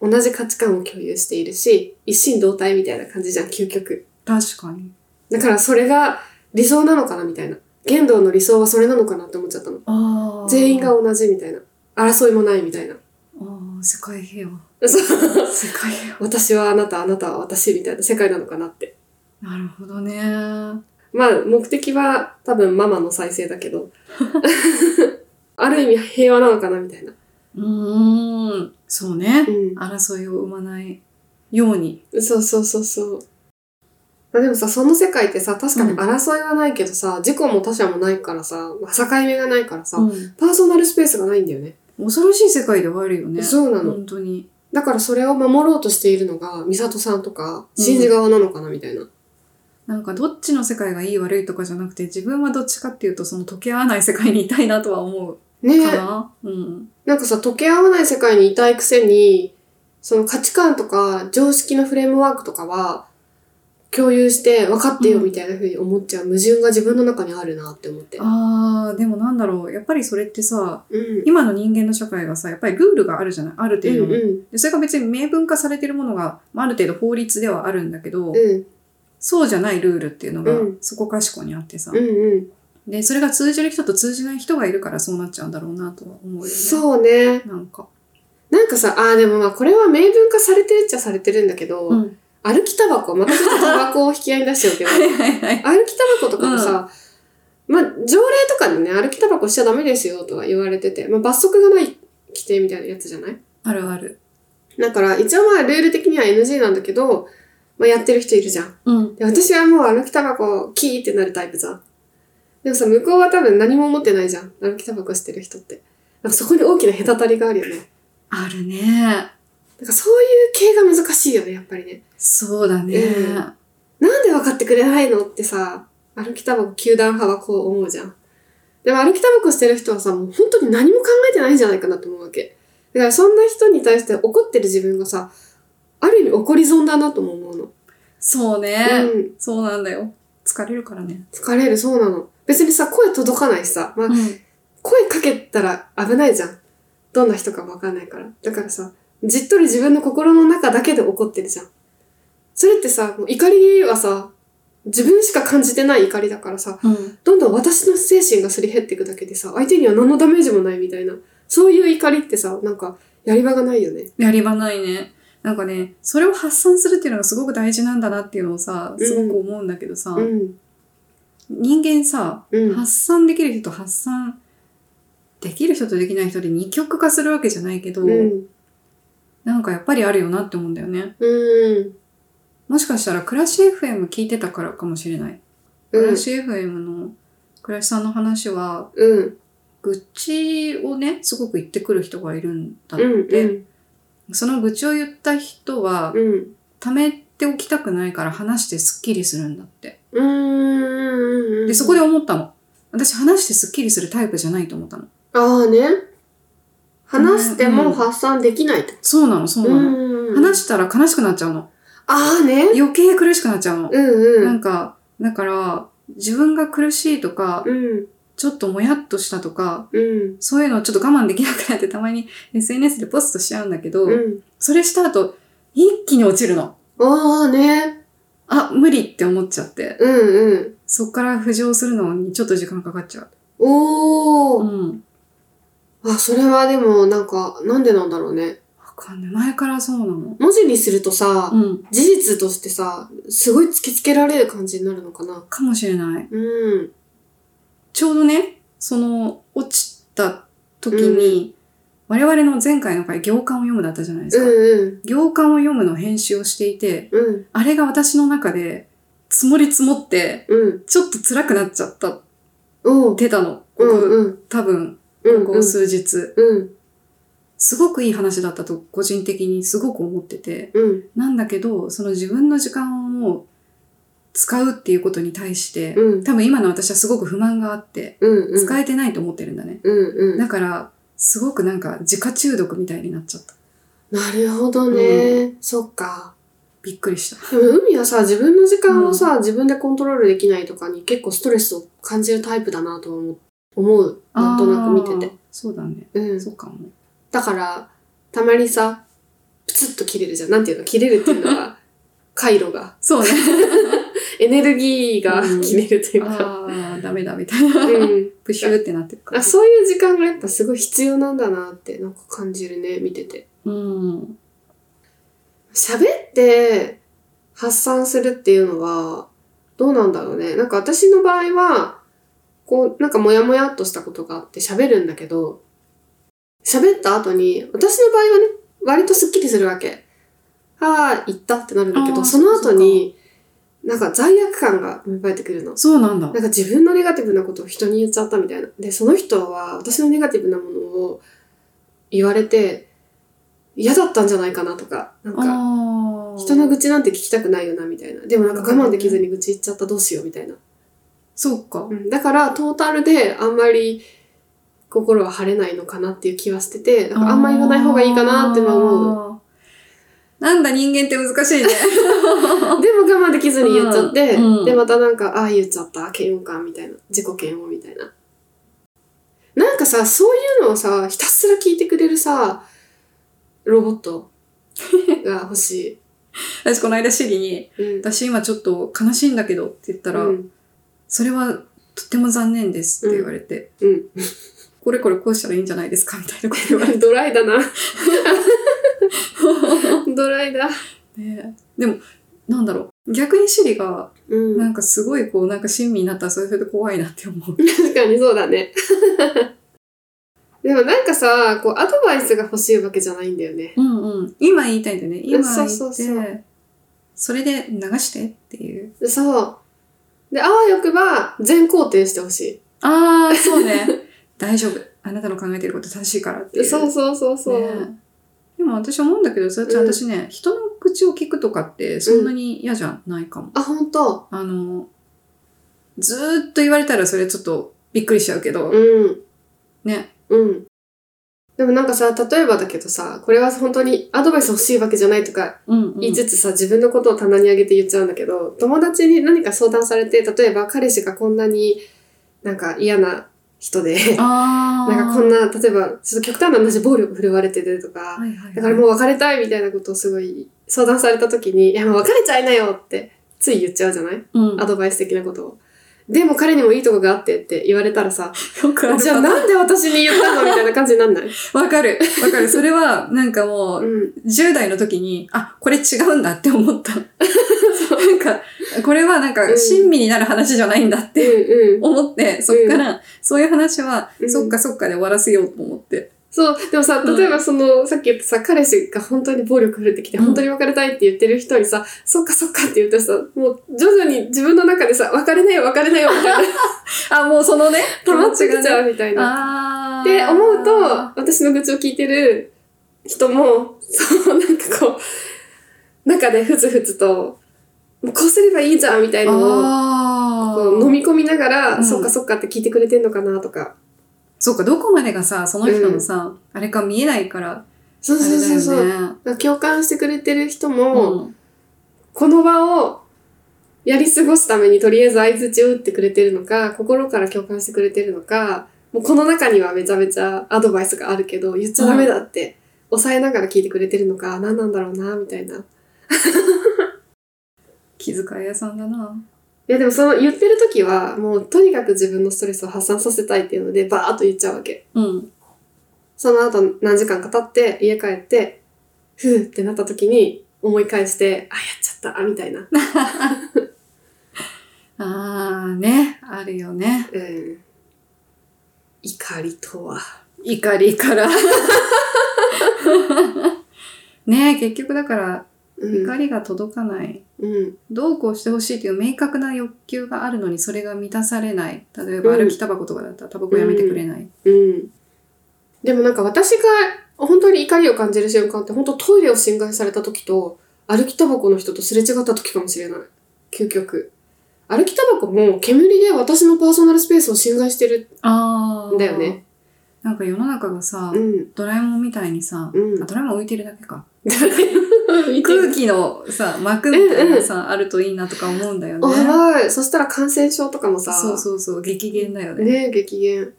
[SPEAKER 3] うん。
[SPEAKER 2] 同じ価値観を共有しているし、一心同体みたいな感じじゃん、究極。
[SPEAKER 3] 確かに。
[SPEAKER 2] だからそれが理想なのかなみたいな。言動の理想はそれなのかなって思っちゃったの。
[SPEAKER 3] ああ。
[SPEAKER 2] 全員が同じみたいな。争いもないみたいな。
[SPEAKER 3] ああ、世界平和。
[SPEAKER 2] そう
[SPEAKER 3] 世界平和。
[SPEAKER 2] 私はあなた、あなたは私みたいな世界なのかなって。
[SPEAKER 3] なるほどね。
[SPEAKER 2] まあ、目的は多分ママの再生だけど。ある意味平和なのかなみたいな。
[SPEAKER 3] うーん。そうね
[SPEAKER 2] う。ん。
[SPEAKER 3] 争いを生まないように。
[SPEAKER 2] そうそうそうそう。まあでもさ、その世界ってさ、確かに争いはないけどさ、事故も他者もないからさ、境目がないからさ、
[SPEAKER 3] うん
[SPEAKER 2] パーソナルスペースがないんだよね。
[SPEAKER 3] 恐ろしい世界ではあるよね。
[SPEAKER 2] そうなの、
[SPEAKER 3] 本当に。
[SPEAKER 2] だからそれを守ろうとしているのが、美里さんとか、信じ側なのかなみたいな。
[SPEAKER 3] なんかどっちの世界がいい悪いとかじゃなくて、自分はどっちかっていうと、その溶け合わない世界にいたいなとは思う
[SPEAKER 2] ね
[SPEAKER 3] かな。うん。
[SPEAKER 2] なんかさ、溶け合わない世界にいたいくせに、その価値観とか常識のフレームワークとかは、共有して分かってよみたいな風に思っちゃう矛盾が自分の中にあるなって思って。
[SPEAKER 3] ああ、でもなんだろう。やっぱりそれってさ、
[SPEAKER 2] うん。
[SPEAKER 3] 今の人間の社会がさ、やっぱりルールがあるじゃないある
[SPEAKER 2] う
[SPEAKER 3] 程
[SPEAKER 2] ん
[SPEAKER 3] 度の。
[SPEAKER 2] うん。
[SPEAKER 3] でそれが別に明文化されてるものが、まあ、ある程度法律ではあるんだけど、
[SPEAKER 2] うん。
[SPEAKER 3] そうじゃないルールっていうのが
[SPEAKER 2] うん
[SPEAKER 3] そこかしこにあってさ、
[SPEAKER 2] うんうん。
[SPEAKER 3] でそれが通じる人と通じない人がいるからそうなっちゃうんだろうなとは思うよね
[SPEAKER 2] そうね。
[SPEAKER 3] なんか、
[SPEAKER 2] なんかさ、ああ、でもまあこれは明文化されてるっちゃされてるんだけど、
[SPEAKER 3] うん、
[SPEAKER 2] 歩きタバコ、またちょっとタバコを引き合いに出しちゃうけど、
[SPEAKER 3] はいはいはい
[SPEAKER 2] 歩きタバコとかもさ、まあ、条例とかでね、歩きタバコしちゃダメですよとは言われてて、まあ、罰則がない規定みたいなやつじゃない
[SPEAKER 3] あるある
[SPEAKER 2] だから、一応まあ、ルール的には NG なんだけど、まあ、やってる人いるじゃん。
[SPEAKER 3] うん
[SPEAKER 2] で、私はもう歩きタバコ、キーってなるタイプじゃん。でもさ、向こうは多分何も持ってないじゃん。歩きタバコしてる人って。なんかそこに大きな隔たりがあるよね。
[SPEAKER 3] あるね
[SPEAKER 2] なんかそういう系が難しいよね、やっぱりね。
[SPEAKER 3] そうだね、
[SPEAKER 2] うんなんで分かってくれないのってさ、歩きタバコ球団派はこう思うじゃん。でも歩きタバコしてる人はさ、もう本当に何も考えてないんじゃないかなと思うわけ。だからそんな人に対して怒ってる自分がさ、ある意味怒り損だなとも思うの。
[SPEAKER 3] そうね、
[SPEAKER 2] うん。
[SPEAKER 3] そうなんだよ疲れるからね、
[SPEAKER 2] 疲れる、そうなの。別にさ、声届かないしさ、まあ、声かけたら危ないじゃん。どんな人かもわかんないから。だからさ、じっとり自分の心の中だけで怒ってるじゃん。それってさ、もう怒りはさ、自分しか感じてない怒りだからさ、
[SPEAKER 3] うん、
[SPEAKER 2] どんどん私の精神がすり減っていくだけでさ、相手には何のダメージもないみたいな、そういう怒りってさ、なんか、やり場がないよね。
[SPEAKER 3] やり場ないねなんかねそれを発散するっていうのがすごく大事なんだなっていうのをさすごく思うんだけどさ、
[SPEAKER 2] うん。
[SPEAKER 3] 人間さ
[SPEAKER 2] うん。
[SPEAKER 3] 発散できる人と発散できる人とできない人で二極化するわけじゃないけど、
[SPEAKER 2] うん。
[SPEAKER 3] なんかやっぱりあるよなって思うんだよね。
[SPEAKER 2] うん。
[SPEAKER 3] もしかしたら暮らし FM 聞いてたからかもしれない。暮らし FM の暮らしさんの話は、
[SPEAKER 2] うん。
[SPEAKER 3] 愚痴をね、すごく言ってくる人がいるんだっ
[SPEAKER 2] うん。
[SPEAKER 3] て、
[SPEAKER 2] うん。
[SPEAKER 3] その愚痴を言った人は、
[SPEAKER 2] うん。
[SPEAKER 3] 溜めておきたくないから話してスッキリするんだって。
[SPEAKER 2] うん。
[SPEAKER 3] で、そこ
[SPEAKER 2] で。
[SPEAKER 3] で思ったの。私話してスッキリするタイプじゃないと思ったの。
[SPEAKER 2] ああね。話しても発散できないってこ
[SPEAKER 3] そうなの、そう
[SPEAKER 2] と。
[SPEAKER 3] なの。
[SPEAKER 2] ん
[SPEAKER 3] 話したら悲しくなっちゃうの。
[SPEAKER 2] ああね。
[SPEAKER 3] 余計苦しくなっちゃうの。
[SPEAKER 2] うん
[SPEAKER 3] な
[SPEAKER 2] うん。
[SPEAKER 3] んか、だから、自分が苦しいとか、
[SPEAKER 2] うん。
[SPEAKER 3] ちょっともやっとしたとか、
[SPEAKER 2] うん。
[SPEAKER 3] そういうのをちょっと我慢できなくなってたまに SNS でポストしちゃうんだけど、
[SPEAKER 2] うん。
[SPEAKER 3] それした後、一気に落ちるの。
[SPEAKER 2] ああね。
[SPEAKER 3] あ、無理って思っちゃって、
[SPEAKER 2] うんうん。
[SPEAKER 3] そっから浮上するのにちょっと時間かかっちゃう。
[SPEAKER 2] お
[SPEAKER 3] う
[SPEAKER 2] ー。
[SPEAKER 3] ん。
[SPEAKER 2] あ、それはでもなんか、なんでなんだろうね。
[SPEAKER 3] わかんない。前からそうなの。
[SPEAKER 2] 文字にするとさ、
[SPEAKER 3] うん。
[SPEAKER 2] 事実としてさ、すごい突きつけられる感じになるのかな。
[SPEAKER 3] かもしれない。
[SPEAKER 2] うん。
[SPEAKER 3] ちょうどね、その、落ちた時に、我々の前回の回、行間を読むだったじゃないで
[SPEAKER 2] う
[SPEAKER 3] すか。
[SPEAKER 2] ん
[SPEAKER 3] 行間を読むの編集をしていて、
[SPEAKER 2] うん。うん。
[SPEAKER 3] あれが私の中で、積もり積もって、
[SPEAKER 2] うん。
[SPEAKER 3] ちょっと辛くなっちゃった、
[SPEAKER 2] おう。
[SPEAKER 3] 出たの。こ
[SPEAKER 2] う
[SPEAKER 3] こ
[SPEAKER 2] んうん。
[SPEAKER 3] 多分、
[SPEAKER 2] うん
[SPEAKER 3] ここ数日。
[SPEAKER 2] うん。
[SPEAKER 3] すごくいい話だったと、個人的にすごく思ってて。
[SPEAKER 2] うん。
[SPEAKER 3] なんだけど、その自分の時間をもう、使うっていうことに対して、
[SPEAKER 2] うん。
[SPEAKER 3] 多分今の私はすごく不満があって、
[SPEAKER 2] うん。うん。
[SPEAKER 3] 使えてないと思ってるんだね。
[SPEAKER 2] うんうん。
[SPEAKER 3] だから、すごくなんか、自家中毒みたいになっちゃった。
[SPEAKER 2] なるほどね。そっか。
[SPEAKER 3] びっくりした。
[SPEAKER 2] でも海はさ、自分の時間をさ、自分でコントロールできないとかに結構ストレスを感じるタイプだなとは思う。思う。なんとなく見て
[SPEAKER 3] あ
[SPEAKER 2] て
[SPEAKER 3] ー。。そうだね。
[SPEAKER 2] うん。
[SPEAKER 3] そうかも。
[SPEAKER 2] だから、たまにさ、プツッと切れるじゃん。なんていうの切れるっていうの は、回路が、
[SPEAKER 3] そう ね。
[SPEAKER 2] エネルギーが
[SPEAKER 3] うん
[SPEAKER 2] 切れるというか。
[SPEAKER 3] ああ、ダメだみたいな。
[SPEAKER 2] うん。
[SPEAKER 3] プシューってなってるから
[SPEAKER 2] あ、。そういう時間がやっぱすごい必要なんだなって、なんか感じるね、見てて。
[SPEAKER 3] うん。
[SPEAKER 2] 喋って発散するっていうのはどうなんだろうね。なんか私の場合は、こう、なんかモヤモヤっとしたことがあって喋るんだけど、喋った後に、私の場合はね、割とスッキリするわけ。ああ、行ったってなるんだけ
[SPEAKER 3] あ
[SPEAKER 2] ど、
[SPEAKER 3] ー
[SPEAKER 2] その後に、なんか罪悪感が芽生えてくるの。
[SPEAKER 3] そうなんだ
[SPEAKER 2] なん。か自分のネガティブなことを人に言っちゃったみたいな。で、その人は私のネガティブなものを言われて、嫌だったんじゃないかなとか、なんか、
[SPEAKER 3] ああ。
[SPEAKER 2] 人の愚痴なんて聞きたくないよなみたいなでもなんか我慢できずに愚痴言っちゃったどうしようみたいな、
[SPEAKER 3] そうか
[SPEAKER 2] う。ん、だからトータルであんまり心は晴れないのかなっていう気はしててだからあんまり言わない方がいいかなっては思う
[SPEAKER 3] う。なんだ人間って難しいね。
[SPEAKER 2] でも我慢できずに言っちゃって、
[SPEAKER 3] うんうん
[SPEAKER 2] でまたなんかああ言っちゃった嫌悪感みたいな自己嫌悪みたいななんかさそういうのをさひたすら聞いてくれるさロボットが欲し
[SPEAKER 3] 私この間シリに、
[SPEAKER 2] い、うん、
[SPEAKER 3] 私今ちょっと悲しいんだけどって言ったら、
[SPEAKER 2] うん
[SPEAKER 3] それはとても残念ですって言われて、
[SPEAKER 2] うん
[SPEAKER 3] これこれこうしたらいいんじゃないですかみたいなこと言われ
[SPEAKER 2] ドライだ なドライだ
[SPEAKER 3] て、でも、なんだろう。逆にシリが、
[SPEAKER 2] うん
[SPEAKER 3] なんかすごいこう、なんか親身になったらそれそれで怖いなって思う。
[SPEAKER 2] 確かにそうだね。でもなんかさ、こう、アドバイスが欲しいわけじゃないんだよね。
[SPEAKER 3] うんうん。今言いたいんだよね。今言って、
[SPEAKER 2] そ
[SPEAKER 3] そう
[SPEAKER 2] そうそう
[SPEAKER 3] れで流してっていう。
[SPEAKER 2] そう。で、あわよくば、全肯定してほし
[SPEAKER 3] ああ、そうね。大丈夫。あなたの考えてること正しいからってい
[SPEAKER 2] い。
[SPEAKER 3] う。
[SPEAKER 2] そうそうそうそう。
[SPEAKER 3] ねでも私思うんだけど、それって
[SPEAKER 2] うん
[SPEAKER 3] 私ね、人の口を聞くとかってそんなに嫌じゃないかも。
[SPEAKER 2] あ、ほんと。
[SPEAKER 3] あの、ずーっと言われたらそれちょっとびっくりしちゃうけど、
[SPEAKER 2] うん。
[SPEAKER 3] ね。
[SPEAKER 2] うん。でもなんかさ、例えばだけどさ、これは本当にアドバイス欲しいわけじゃないとか
[SPEAKER 3] うん、うん。
[SPEAKER 2] 言いつつさ、自分のことを棚に上げて言っちゃうんだけど、友達に何か相談されて、例えば彼氏がこんなになんか嫌な人で、
[SPEAKER 3] ああ。
[SPEAKER 2] なんかこんな、例えば、ちょっと極端な話、暴力振るわれてるとか、
[SPEAKER 3] はいはいはい、
[SPEAKER 2] だからもう別れたいみたいなことをすごい相談された時に、いやもう別れちゃいなよって、つい言っちゃうじゃない
[SPEAKER 3] うん、
[SPEAKER 2] アドバイス的なことを。でも彼にもいいとこがあってって言われたらさ、
[SPEAKER 3] よくある
[SPEAKER 2] じゃあなんで私に言ったのみたいな感じにな んない
[SPEAKER 3] わかる。わかる。それ は、なんかもう、
[SPEAKER 2] うん。
[SPEAKER 3] 10代の時に、あ、これ違うんだって思った。なんか、これはなんか
[SPEAKER 2] うん、
[SPEAKER 3] 親身になる話じゃないんだっ
[SPEAKER 2] うん
[SPEAKER 3] て
[SPEAKER 2] うん。
[SPEAKER 3] 思って、そっから、そういう話は、
[SPEAKER 2] うん
[SPEAKER 3] そっかそっかで終わらせようと思って。
[SPEAKER 2] そう、でもさ、
[SPEAKER 3] うん
[SPEAKER 2] 例えばその、さっき言ったさ、彼氏が本当に暴力振るってきて、
[SPEAKER 3] うん
[SPEAKER 2] 本当に別れたいって言ってる人にさ、そっかそっかって言ってさ、もう徐々に自分の中でさ、別れなよ別れなよみた いな、
[SPEAKER 3] あ、もうそのね、
[SPEAKER 2] 溜まってきち
[SPEAKER 3] う。
[SPEAKER 2] ゃうみたい
[SPEAKER 3] あー
[SPEAKER 2] な。って思うと、私の愚痴を聞いてる人も、そう、なんかこう、中でふつふつと、もうこうすればいいじゃんみたいのを、
[SPEAKER 3] あ
[SPEAKER 2] こう飲
[SPEAKER 3] ー
[SPEAKER 2] み込みながら、
[SPEAKER 3] うん
[SPEAKER 2] そっかそっかって聞いてくれてんのかなとか。
[SPEAKER 3] そうか、どこまでがさ、その人のさ、あれか見えないから、
[SPEAKER 2] そう
[SPEAKER 3] あれ
[SPEAKER 2] そう
[SPEAKER 3] だ
[SPEAKER 2] そうそう。
[SPEAKER 3] よね。
[SPEAKER 2] だから共感してくれてる人も、
[SPEAKER 3] うん
[SPEAKER 2] この場をやり過ごすためにとりあえず相づちを打ってくれてるのか、心から共感してくれてるのか、もうこの中にはめちゃめちゃアドバイスがあるけど、言っちゃダメだって、抑えながら聞いてくれてるのか、何なんだろうな、みたいな。い
[SPEAKER 3] 気遣い屋さんだな。
[SPEAKER 2] やでもその言ってる時は、もうとにかく自分のストレスを発散させたいっていうので、バーっと言っちゃうわけ。
[SPEAKER 3] うん。
[SPEAKER 2] その後何時間か経って家帰って、ふうってなった時に思い返して、あ、やっちゃった、みたいな。
[SPEAKER 3] あーね、あるよね。
[SPEAKER 2] うん。怒りとは。
[SPEAKER 3] 怒り から。ね結局だから、
[SPEAKER 2] うん
[SPEAKER 3] 怒りが届かない。
[SPEAKER 2] うん。
[SPEAKER 3] どうこうしてほしいという明確な欲求があるのにそれが満たされない。例えば
[SPEAKER 2] う
[SPEAKER 3] 歩
[SPEAKER 2] ん
[SPEAKER 3] きタバコとかだったらタバコやめてくれない。
[SPEAKER 2] うん。でもなんか私が本当に怒りを感じる瞬間って本当トイレを侵害された時と歩きタバコの人とすれ違った時かもしれない。究極。歩きタバコも煙で私のパーソナルスペースを侵害してる。
[SPEAKER 3] あ
[SPEAKER 2] ーだよね。
[SPEAKER 3] なんか世の中がさ、
[SPEAKER 2] うん。
[SPEAKER 3] ドラえもんみたいにさ、
[SPEAKER 2] う ん
[SPEAKER 3] あドラえもん浮いてるだけか。空
[SPEAKER 2] 空
[SPEAKER 3] 気のさ、膜みたいなさ、あるといいなとか思うんだよね。
[SPEAKER 2] あい。そしたら感染症とかもさ、
[SPEAKER 3] そうそうそう、激減だよね。
[SPEAKER 2] ねえ、激減。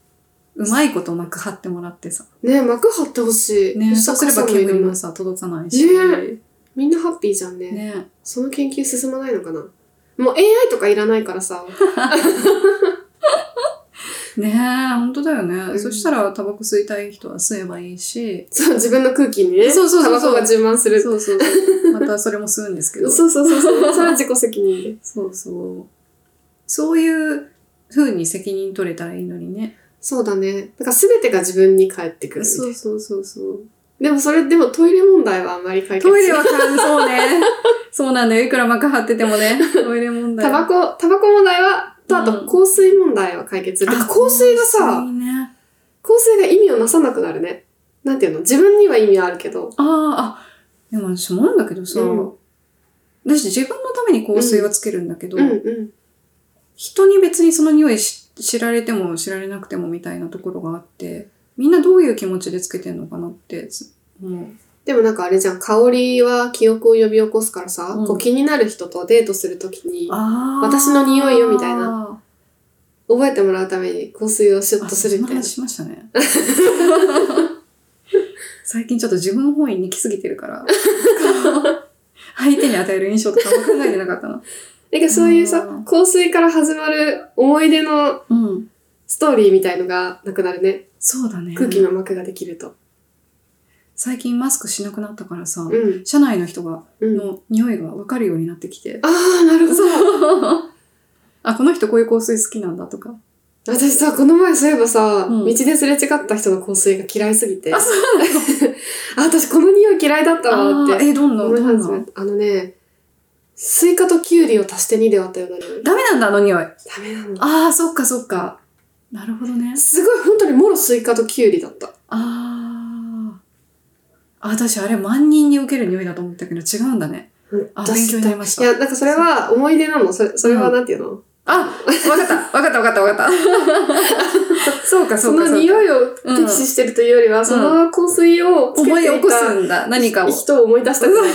[SPEAKER 3] うまいこと膜張ってもらってさ。
[SPEAKER 2] ねえ、幕張ってほしい。
[SPEAKER 3] ね、そうすれば煙も
[SPEAKER 2] ます。
[SPEAKER 3] さ、届かないし。
[SPEAKER 2] ねみんなハッピーじゃんね。
[SPEAKER 3] ね
[SPEAKER 2] その研究進まないのかなもう AI とかいらないからさ。
[SPEAKER 3] ね本当だよね。
[SPEAKER 2] ん
[SPEAKER 3] そしたらタバコ吸いたい人は吸えばいいし、
[SPEAKER 2] そう、自分の空気にね。
[SPEAKER 3] そうそうそうそう
[SPEAKER 2] タバコが充満する。そう
[SPEAKER 3] そうそう そう。またそれも吸うんですけど。
[SPEAKER 2] そうそうそう。それは自己責任で。
[SPEAKER 3] そうそう。そういう風に責任取れたらいいのにね。
[SPEAKER 2] そうだね。だから全てが自分に返ってくるみたいな。
[SPEAKER 3] そうそうそうそう。
[SPEAKER 2] でもそれ、でもトイレ問題はあんまり解決
[SPEAKER 3] トイレは感想ね。そうなんだよ。いくら膜張っててもね。トイレ問題
[SPEAKER 2] タ
[SPEAKER 3] は。
[SPEAKER 2] バコ、タバコ問題は、とあ
[SPEAKER 3] う
[SPEAKER 2] と
[SPEAKER 3] ん
[SPEAKER 2] 香水問題は解決する。てか香水が
[SPEAKER 3] 香
[SPEAKER 2] さ、
[SPEAKER 3] 水ね
[SPEAKER 2] 香水が意味をなさなくなるね。なんていうの自分には意味はあるけど。
[SPEAKER 3] ああ、あ、でも私思うんだけどさ、
[SPEAKER 2] うん
[SPEAKER 3] 私自分のために香水はつけるんだけど、
[SPEAKER 2] うんうん。
[SPEAKER 3] 人に別にその匂いし知られても知られなくてもみたいなところがあって、みんなどういう気持ちでつけてんのかなって思
[SPEAKER 2] でもなんかあれじゃん、香りは記憶を呼び起こすからさ、
[SPEAKER 3] うん
[SPEAKER 2] こう気になる人とデートするときに
[SPEAKER 3] う。、あ
[SPEAKER 2] ー私の匂いよみたい
[SPEAKER 3] な。
[SPEAKER 2] 覚えてもらうために香水をシュッ
[SPEAKER 3] あ、
[SPEAKER 2] とするみ
[SPEAKER 3] そ
[SPEAKER 2] た
[SPEAKER 3] ん
[SPEAKER 2] い
[SPEAKER 3] な
[SPEAKER 2] な
[SPEAKER 3] 話。しましたね。 最近ちょっと自分本位に来すぎてるから、 相手に与える印象とかも考えてなかったな。
[SPEAKER 2] なんかそういう
[SPEAKER 3] あ
[SPEAKER 2] さ
[SPEAKER 3] ー、
[SPEAKER 2] 香水から始まる思い出の
[SPEAKER 3] うん。
[SPEAKER 2] ストーリーみたいのがなくなるね。
[SPEAKER 3] そうだね。
[SPEAKER 2] 空気の膜ができると。
[SPEAKER 3] 最近マスクしなくなったからさ、
[SPEAKER 2] うん。
[SPEAKER 3] 車内の人が、
[SPEAKER 2] うん。
[SPEAKER 3] の匂いがわかるようになってき て、
[SPEAKER 2] ああ、なるほど。
[SPEAKER 3] あ、この人こういう香水好きなんだとか。
[SPEAKER 2] 私さ、この前そういえばさ、
[SPEAKER 3] うん
[SPEAKER 2] 道ですれ違った人の香水が嫌いすぎて。あ、 私この匂い嫌いだったわ
[SPEAKER 3] あ
[SPEAKER 2] っ
[SPEAKER 3] ー
[SPEAKER 2] て。
[SPEAKER 3] え、どんな、
[SPEAKER 2] 思
[SPEAKER 3] ど
[SPEAKER 2] い
[SPEAKER 3] ん
[SPEAKER 2] 始め
[SPEAKER 3] な。
[SPEAKER 2] た。あのね、スイカとキュウリを足して2で割ったような匂い。ダ
[SPEAKER 3] ダメなんだ、あの匂い。あ
[SPEAKER 2] メなの。
[SPEAKER 3] あ、そっかそっか。なるほどね。
[SPEAKER 2] すごい、本当にもろスイカとキュウリだった。
[SPEAKER 3] ああ。あ、私あれ万人に受ける匂いだと思ったけど違うんだね。あ
[SPEAKER 2] 出
[SPEAKER 3] 勉強になりました
[SPEAKER 2] いや、なんかそれは思い出なの。それそれはなんていうの、
[SPEAKER 3] あ、わかった、わかった、わかった、わか った。そうか、そ
[SPEAKER 2] そ
[SPEAKER 3] うか。
[SPEAKER 2] の
[SPEAKER 3] そうか
[SPEAKER 2] 匂いを敵視してるというよりは、その香水をつけ
[SPEAKER 3] 思い
[SPEAKER 2] て
[SPEAKER 3] 起
[SPEAKER 2] い
[SPEAKER 3] こす
[SPEAKER 2] た
[SPEAKER 3] んだ、何 かを。
[SPEAKER 2] 人を思い出したくない。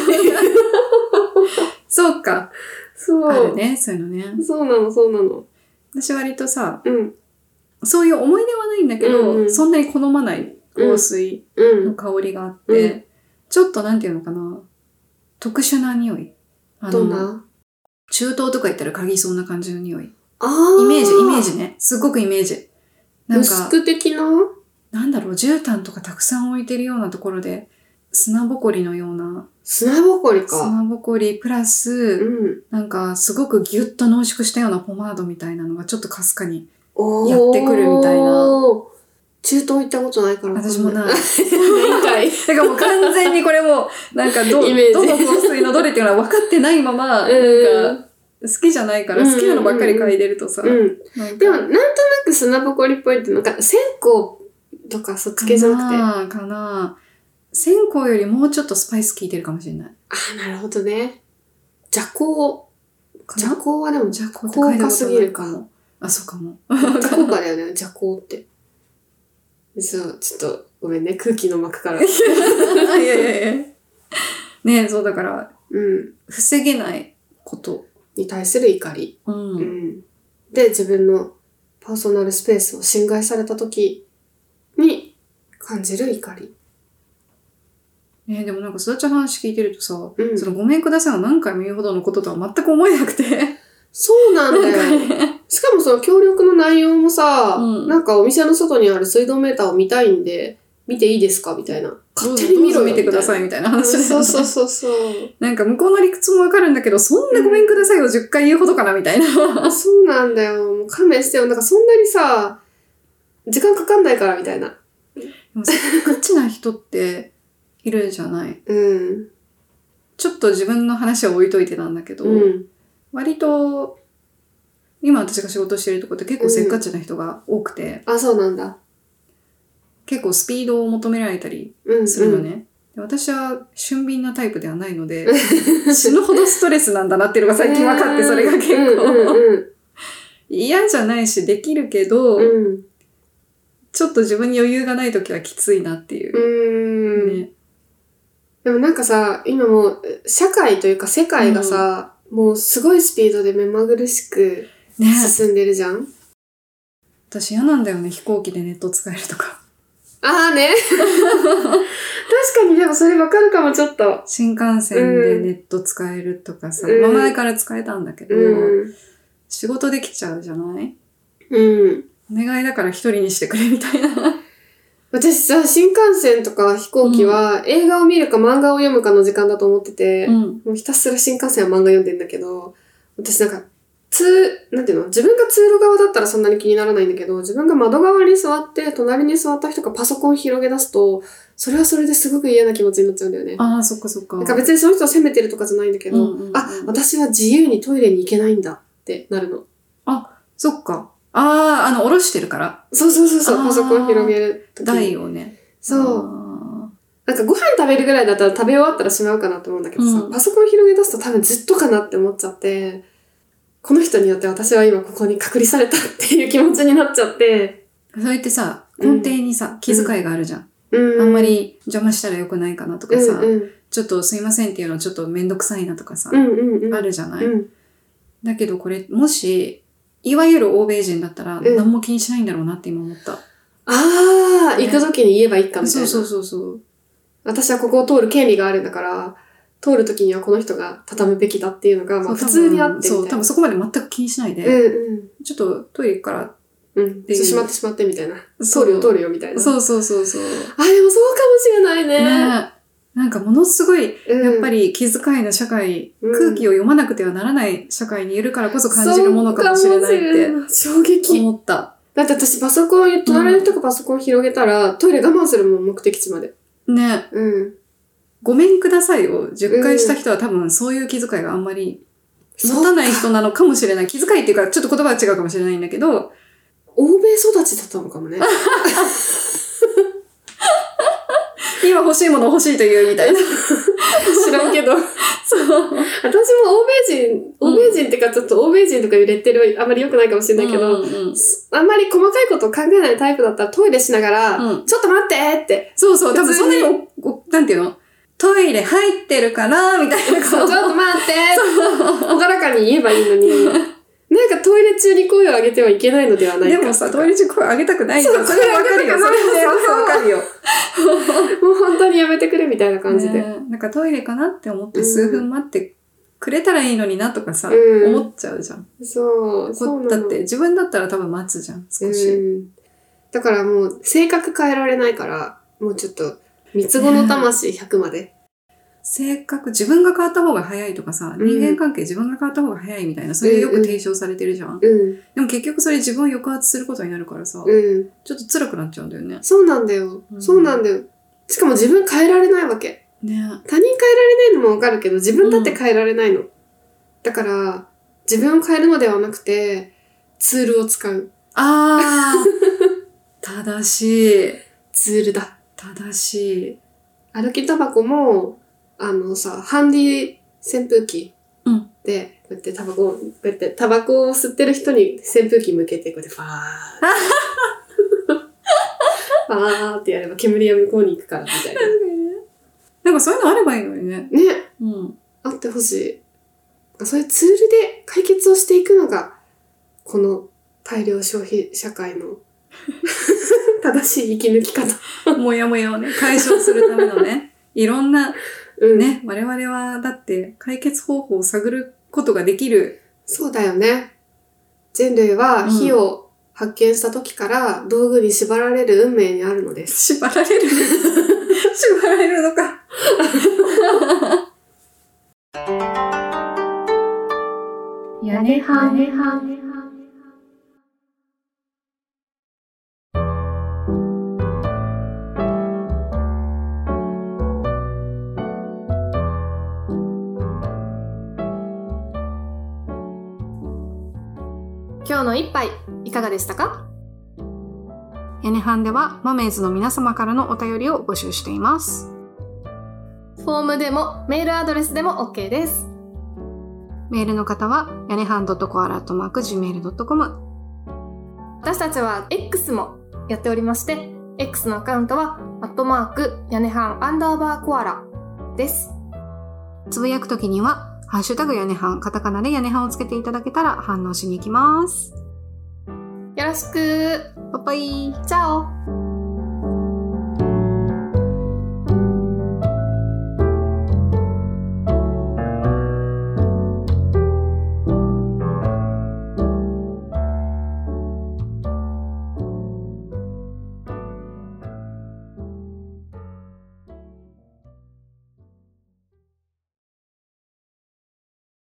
[SPEAKER 3] そうか。
[SPEAKER 2] そ
[SPEAKER 3] ある
[SPEAKER 2] う。
[SPEAKER 3] ね、そういうのね。
[SPEAKER 2] そうなの、そうなの。
[SPEAKER 3] 私割とさ、
[SPEAKER 2] うん。
[SPEAKER 3] そういう思い出はないんだけど、
[SPEAKER 2] うんうん
[SPEAKER 3] そんなに好まない香水
[SPEAKER 2] う
[SPEAKER 3] の
[SPEAKER 2] ん。
[SPEAKER 3] 香りがあって、
[SPEAKER 2] う
[SPEAKER 3] ちょっとなんていうのかな、特殊な匂い。あ
[SPEAKER 2] どん
[SPEAKER 3] の、
[SPEAKER 2] な
[SPEAKER 3] 中東とか行ったら嗅ぎそうな感じの匂い。
[SPEAKER 2] あ
[SPEAKER 3] イ
[SPEAKER 2] ー
[SPEAKER 3] メージ、イメー。ジね。すごくイメージ。なん
[SPEAKER 2] 薄
[SPEAKER 3] か、
[SPEAKER 2] く的な
[SPEAKER 3] なんだろう、絨毯とかたくさん置いてるようなところで、砂ぼこりのような、
[SPEAKER 2] 砂ぼこりか。
[SPEAKER 3] 砂ぼこりプラ
[SPEAKER 2] う
[SPEAKER 3] ス、
[SPEAKER 2] ん。
[SPEAKER 3] なんかすごくギュッと濃縮したようなポマードみたいなのがちょっとかすかに。
[SPEAKER 2] おー
[SPEAKER 3] やってくるみたいな。
[SPEAKER 2] 中東行った ことないから。。
[SPEAKER 3] 私もないい。
[SPEAKER 2] ないかい。
[SPEAKER 3] だからもう完全にこれもう、なんかど、
[SPEAKER 2] イメージ
[SPEAKER 3] どの香水のどれっていうのは分かってないまま、
[SPEAKER 2] うん
[SPEAKER 3] なんか、好きじゃないから
[SPEAKER 2] うん
[SPEAKER 3] 好きなのばっかり嗅いでるとさ、
[SPEAKER 2] うん。
[SPEAKER 3] なんか
[SPEAKER 2] でも、なんとなく砂ぼこりっぽいって、なんか、線香とかそっち系じゃなくて。あ
[SPEAKER 3] かなかな線香よりもうちょっとスパイス効いてるかもしれない。
[SPEAKER 2] ー、なるほどね。邪行。
[SPEAKER 3] か
[SPEAKER 2] 邪
[SPEAKER 3] な
[SPEAKER 2] 行はでも
[SPEAKER 3] じゃあ、こう
[SPEAKER 2] 高価すぎるかも。
[SPEAKER 3] も。あ、そうかも。
[SPEAKER 2] 高価だよね、邪行って。そう、ちょっと、ごめんね、空気の 膜から。
[SPEAKER 3] い やいやいや。ねえ、そうだから、
[SPEAKER 2] うん。
[SPEAKER 3] 防げないこと。
[SPEAKER 2] いに対する怒り。
[SPEAKER 3] うん
[SPEAKER 2] う。ん、で、自分のパーソナルスペースを侵害された時に感じる怒り。
[SPEAKER 3] ねでもなんか、すだちゃんの話聞いてるとさ、
[SPEAKER 2] うん
[SPEAKER 3] そのごめんくださいを何回も言うほどのこととは全く思えなく て。
[SPEAKER 2] そうなんだよ。しかもその協力の内容もさ、
[SPEAKER 3] うん
[SPEAKER 2] なんかお店の外にある水道メーターを見たいんで、見ていいですかみたいな。勝手に見ろ
[SPEAKER 3] どうぞ
[SPEAKER 2] よ
[SPEAKER 3] 見てくださ
[SPEAKER 2] い。
[SPEAKER 3] いみたいな
[SPEAKER 2] みた
[SPEAKER 3] 話
[SPEAKER 2] いなそうそう
[SPEAKER 3] う。
[SPEAKER 2] そうそう。
[SPEAKER 3] なんか向こうの理屈もわかるんだけど、そんなごめんくださいを10回言うほどかなみたいな。
[SPEAKER 2] そうなんだよ。もう勘弁してよ。なんかそんなにさ、時間かかんないからみたいな。
[SPEAKER 3] でも、ガチな人っているじゃない。
[SPEAKER 2] うん。
[SPEAKER 3] ちょっと自分の話は置いといてなんだけど、
[SPEAKER 2] うん。
[SPEAKER 3] 割と、今私が仕事してるとこって結構せっかちな人が多くて、
[SPEAKER 2] あ、そうなんだ。
[SPEAKER 3] 結構スピードを求められたり
[SPEAKER 2] うん。
[SPEAKER 3] するのね。で私は俊敏なタイプではないの で、死ぬほどストレスなんだなっていうのが最近分かって、それが結
[SPEAKER 2] うん
[SPEAKER 3] 構
[SPEAKER 2] うん
[SPEAKER 3] 嫌じゃないしできるけど、
[SPEAKER 2] うん。うん
[SPEAKER 3] ちょっと自分に余裕がない時はきついなっていうう。
[SPEAKER 2] ーん
[SPEAKER 3] ね。
[SPEAKER 2] でもなんかさ、今もう社会というか世界がさ、もうすごいスピードで目まぐるしく
[SPEAKER 3] ね
[SPEAKER 2] 進んでるじゃん。
[SPEAKER 3] 私嫌なんだよね、飛行機でネット使えるとか。
[SPEAKER 2] ああね。 確かにでもそれわかるかもちょっと。
[SPEAKER 3] 新幹線でネット使えるとかさ、
[SPEAKER 2] うん
[SPEAKER 3] まあ前から使えたんだけど、
[SPEAKER 2] うん。
[SPEAKER 3] 仕事できちゃうじゃない
[SPEAKER 2] うん。
[SPEAKER 3] お願いだから一人にしてくれみたいな。
[SPEAKER 2] 私さ、新幹線とか飛行機は映画を見るか漫画を読むかの時間だと思ってて、
[SPEAKER 3] うん。
[SPEAKER 2] もうひたすら新幹線は漫画読んでんだけど、私なんか、通、なんていうの自分が通路側だったらそんなに気にならないんだけど、自分が窓側に座って、隣に座った人がパソコン広げ出すと、それはそれですごく嫌な気持ちになっちゃうんだよね。
[SPEAKER 3] ああ、そっかそっか。
[SPEAKER 2] なんか別にその人を責めてるとかじゃないんだけど、
[SPEAKER 3] うんうんうん
[SPEAKER 2] あ、私は自由にトイレに行けないんだってなるの。
[SPEAKER 3] そっか。ああ、あの、下ろしてるから。
[SPEAKER 2] そうそうそうそう、
[SPEAKER 3] あー
[SPEAKER 2] パソコン広げる時
[SPEAKER 3] 台をね。
[SPEAKER 2] そう。
[SPEAKER 3] う。
[SPEAKER 2] なんかご飯食べるぐらいだったら食べ終わったらしまうかなと思うんだけどさ、
[SPEAKER 3] うん
[SPEAKER 2] パソコン広げ出すと多分ずっとかなって思っちゃって、この人によって私は今ここに隔離されたっていう気持ちになっちゃって、
[SPEAKER 3] それってさ、
[SPEAKER 2] うん
[SPEAKER 3] 根底にさ、気遣いがあるじゃん。
[SPEAKER 2] うん
[SPEAKER 3] あんまり邪魔したら良くないかなとかさ、
[SPEAKER 2] うんうん
[SPEAKER 3] ちょっとすいませんっていうのちょっとめんどくさいなとかさ、
[SPEAKER 2] うんうんうん。
[SPEAKER 3] あるじゃない、
[SPEAKER 2] うん。
[SPEAKER 3] だけどこれ、もし、いわゆる欧米人だったら
[SPEAKER 2] ん
[SPEAKER 3] 何も気にしないんだろうなって今思った。
[SPEAKER 2] あー、
[SPEAKER 3] ね
[SPEAKER 2] 行く時に言えばいいかみたい
[SPEAKER 3] そう
[SPEAKER 2] な。
[SPEAKER 3] そうそうそう。
[SPEAKER 2] 私はここを通る権利があるんだから、通る時にはこの人が畳むべきだっていうのが、まあ普
[SPEAKER 3] そう
[SPEAKER 2] 通にあってみたいな。
[SPEAKER 3] そう、多分そこまで全く気にしないで、
[SPEAKER 2] うん
[SPEAKER 3] ちょっとトイレ行くから、
[SPEAKER 2] うん。うん。
[SPEAKER 3] ていう
[SPEAKER 2] しまってしまってみたいな。
[SPEAKER 3] そう
[SPEAKER 2] 通るよ通るよみたいな。
[SPEAKER 3] そうそうそうそう。
[SPEAKER 2] あ、でもそうかもしれない
[SPEAKER 3] ね
[SPEAKER 2] ね。
[SPEAKER 3] なんかものすごい、
[SPEAKER 2] う
[SPEAKER 3] や
[SPEAKER 2] ん
[SPEAKER 3] っぱり気遣いの社会、
[SPEAKER 2] うん
[SPEAKER 3] 空気を読まなくてはならない社会にいるからこそ感じるものかもしれないって
[SPEAKER 2] て。衝撃。
[SPEAKER 3] 思った。
[SPEAKER 2] だって私パソコン、隣の人がパソコン広げたら、トイレ我慢するもん、目的地まで。
[SPEAKER 3] ね。
[SPEAKER 2] うん。
[SPEAKER 3] ごめんくださいを10回した人は多分そういう気遣いがあんまり持たない人なのかもしれない。気遣いっていうかちょっと言葉は違うかもしれないんだけど、
[SPEAKER 2] 欧米育ちだったのか もね。
[SPEAKER 3] 今欲しいもの欲しいというみたいな。
[SPEAKER 2] 知らん けど。
[SPEAKER 3] そう。
[SPEAKER 2] 私も欧米人、欧米人ってかちょっと欧米人とかいうレッテルはあまり良くないかもしれないけど、
[SPEAKER 3] うんうんうん
[SPEAKER 2] あんまり細かいことを考えないタイプだったらトイレしながら、
[SPEAKER 3] うん
[SPEAKER 2] ちょっと待ってって、
[SPEAKER 3] そうそう、多分
[SPEAKER 2] 普
[SPEAKER 3] そ
[SPEAKER 2] 通
[SPEAKER 3] んな
[SPEAKER 2] に
[SPEAKER 3] にお、おなんていうのトイレ入ってるから、みたいな
[SPEAKER 2] ちょ
[SPEAKER 3] こ
[SPEAKER 2] っ
[SPEAKER 3] と。
[SPEAKER 2] と待ってって、おがらかに言えばいいのに、なんかトイレ中に声を上げてはいけないのではない
[SPEAKER 3] で
[SPEAKER 2] か。
[SPEAKER 3] もさ、トイレ中声上げたくないじゃん。
[SPEAKER 2] そ
[SPEAKER 3] そうれはわかるよ。
[SPEAKER 2] 声
[SPEAKER 3] そ
[SPEAKER 2] 上
[SPEAKER 3] れ
[SPEAKER 2] げたくない
[SPEAKER 3] はわかるよ。
[SPEAKER 2] もう本当にやめてくれみたいな感じで。
[SPEAKER 3] ねなんかトイレかなって思って数分待ってくれたらいいのになとかさ、
[SPEAKER 2] うん
[SPEAKER 3] 思っちゃうじゃん。
[SPEAKER 2] そう、そ
[SPEAKER 3] こ
[SPEAKER 2] うな
[SPEAKER 3] だ
[SPEAKER 2] の
[SPEAKER 3] って自分だったら多分待つじゃん、少し。
[SPEAKER 2] うん。だからもう性格変えられないから、もうちょっと、三つ子の魂100 まで。
[SPEAKER 3] 性格、自分が変わった方が早いとかさ、
[SPEAKER 2] うん
[SPEAKER 3] 人間関係自分が変わった方が早いみたいな、それよく提唱されてるじゃん。
[SPEAKER 2] うん、
[SPEAKER 3] でも結局それ自分を抑圧することになるからさ、
[SPEAKER 2] うん。
[SPEAKER 3] ちょっと辛くなっちゃうんだよね。
[SPEAKER 2] そうなんだよ。
[SPEAKER 3] うん
[SPEAKER 2] そうなんだよ。しかも自分変えられないわけ。
[SPEAKER 3] ね
[SPEAKER 2] 他人変えられないのもわかるけど自分だって変えられないの、だから自分を変えるのではなくてツールを使う
[SPEAKER 3] ああ 正しい。
[SPEAKER 2] ツールだ
[SPEAKER 3] 正しい。
[SPEAKER 2] 歩きタバコもあのさハンディ扇風機
[SPEAKER 3] うん
[SPEAKER 2] で、こうやってタバコをこうやってタバコを吸ってる人に扇風機向けてこうやってファ ーってファーってやれば煙は向こうに行くからみたいな
[SPEAKER 3] なんかそういうのあればいいのにね。
[SPEAKER 2] ね
[SPEAKER 3] うん。
[SPEAKER 2] あってほしいそういうツールで解決をしていくのが、この大量消費社会の正しい生き抜き方。
[SPEAKER 3] もやもやをね、解消するためのね、いろんな、
[SPEAKER 2] うん。
[SPEAKER 3] ね、我々はだって解決方法を探ることができる。
[SPEAKER 2] そうだよね。人類は火を発見した時から道具に縛られる運命にあるのです。
[SPEAKER 3] 縛られる。 縛られるの か。
[SPEAKER 1] 屋根はねは
[SPEAKER 2] 今日の一杯、いかがでしたか
[SPEAKER 3] 屋根ハンでは、マメーズの皆様からのお便りを募集しています。
[SPEAKER 2] フォームでもメールアドレスでも OK です。
[SPEAKER 3] メールの方は、屋根ハン .coala.gmail.com。
[SPEAKER 4] 私たちは X もやっておりまして、X のアカウントは、アットマーク、屋根半アンダーバーコアラです。
[SPEAKER 3] つぶやくときには、ハッシュタグ屋根ハン、カタカナで屋根ハンをつけていただけたら反応しに行きます。
[SPEAKER 4] よろしく
[SPEAKER 3] パパイ
[SPEAKER 4] チャオ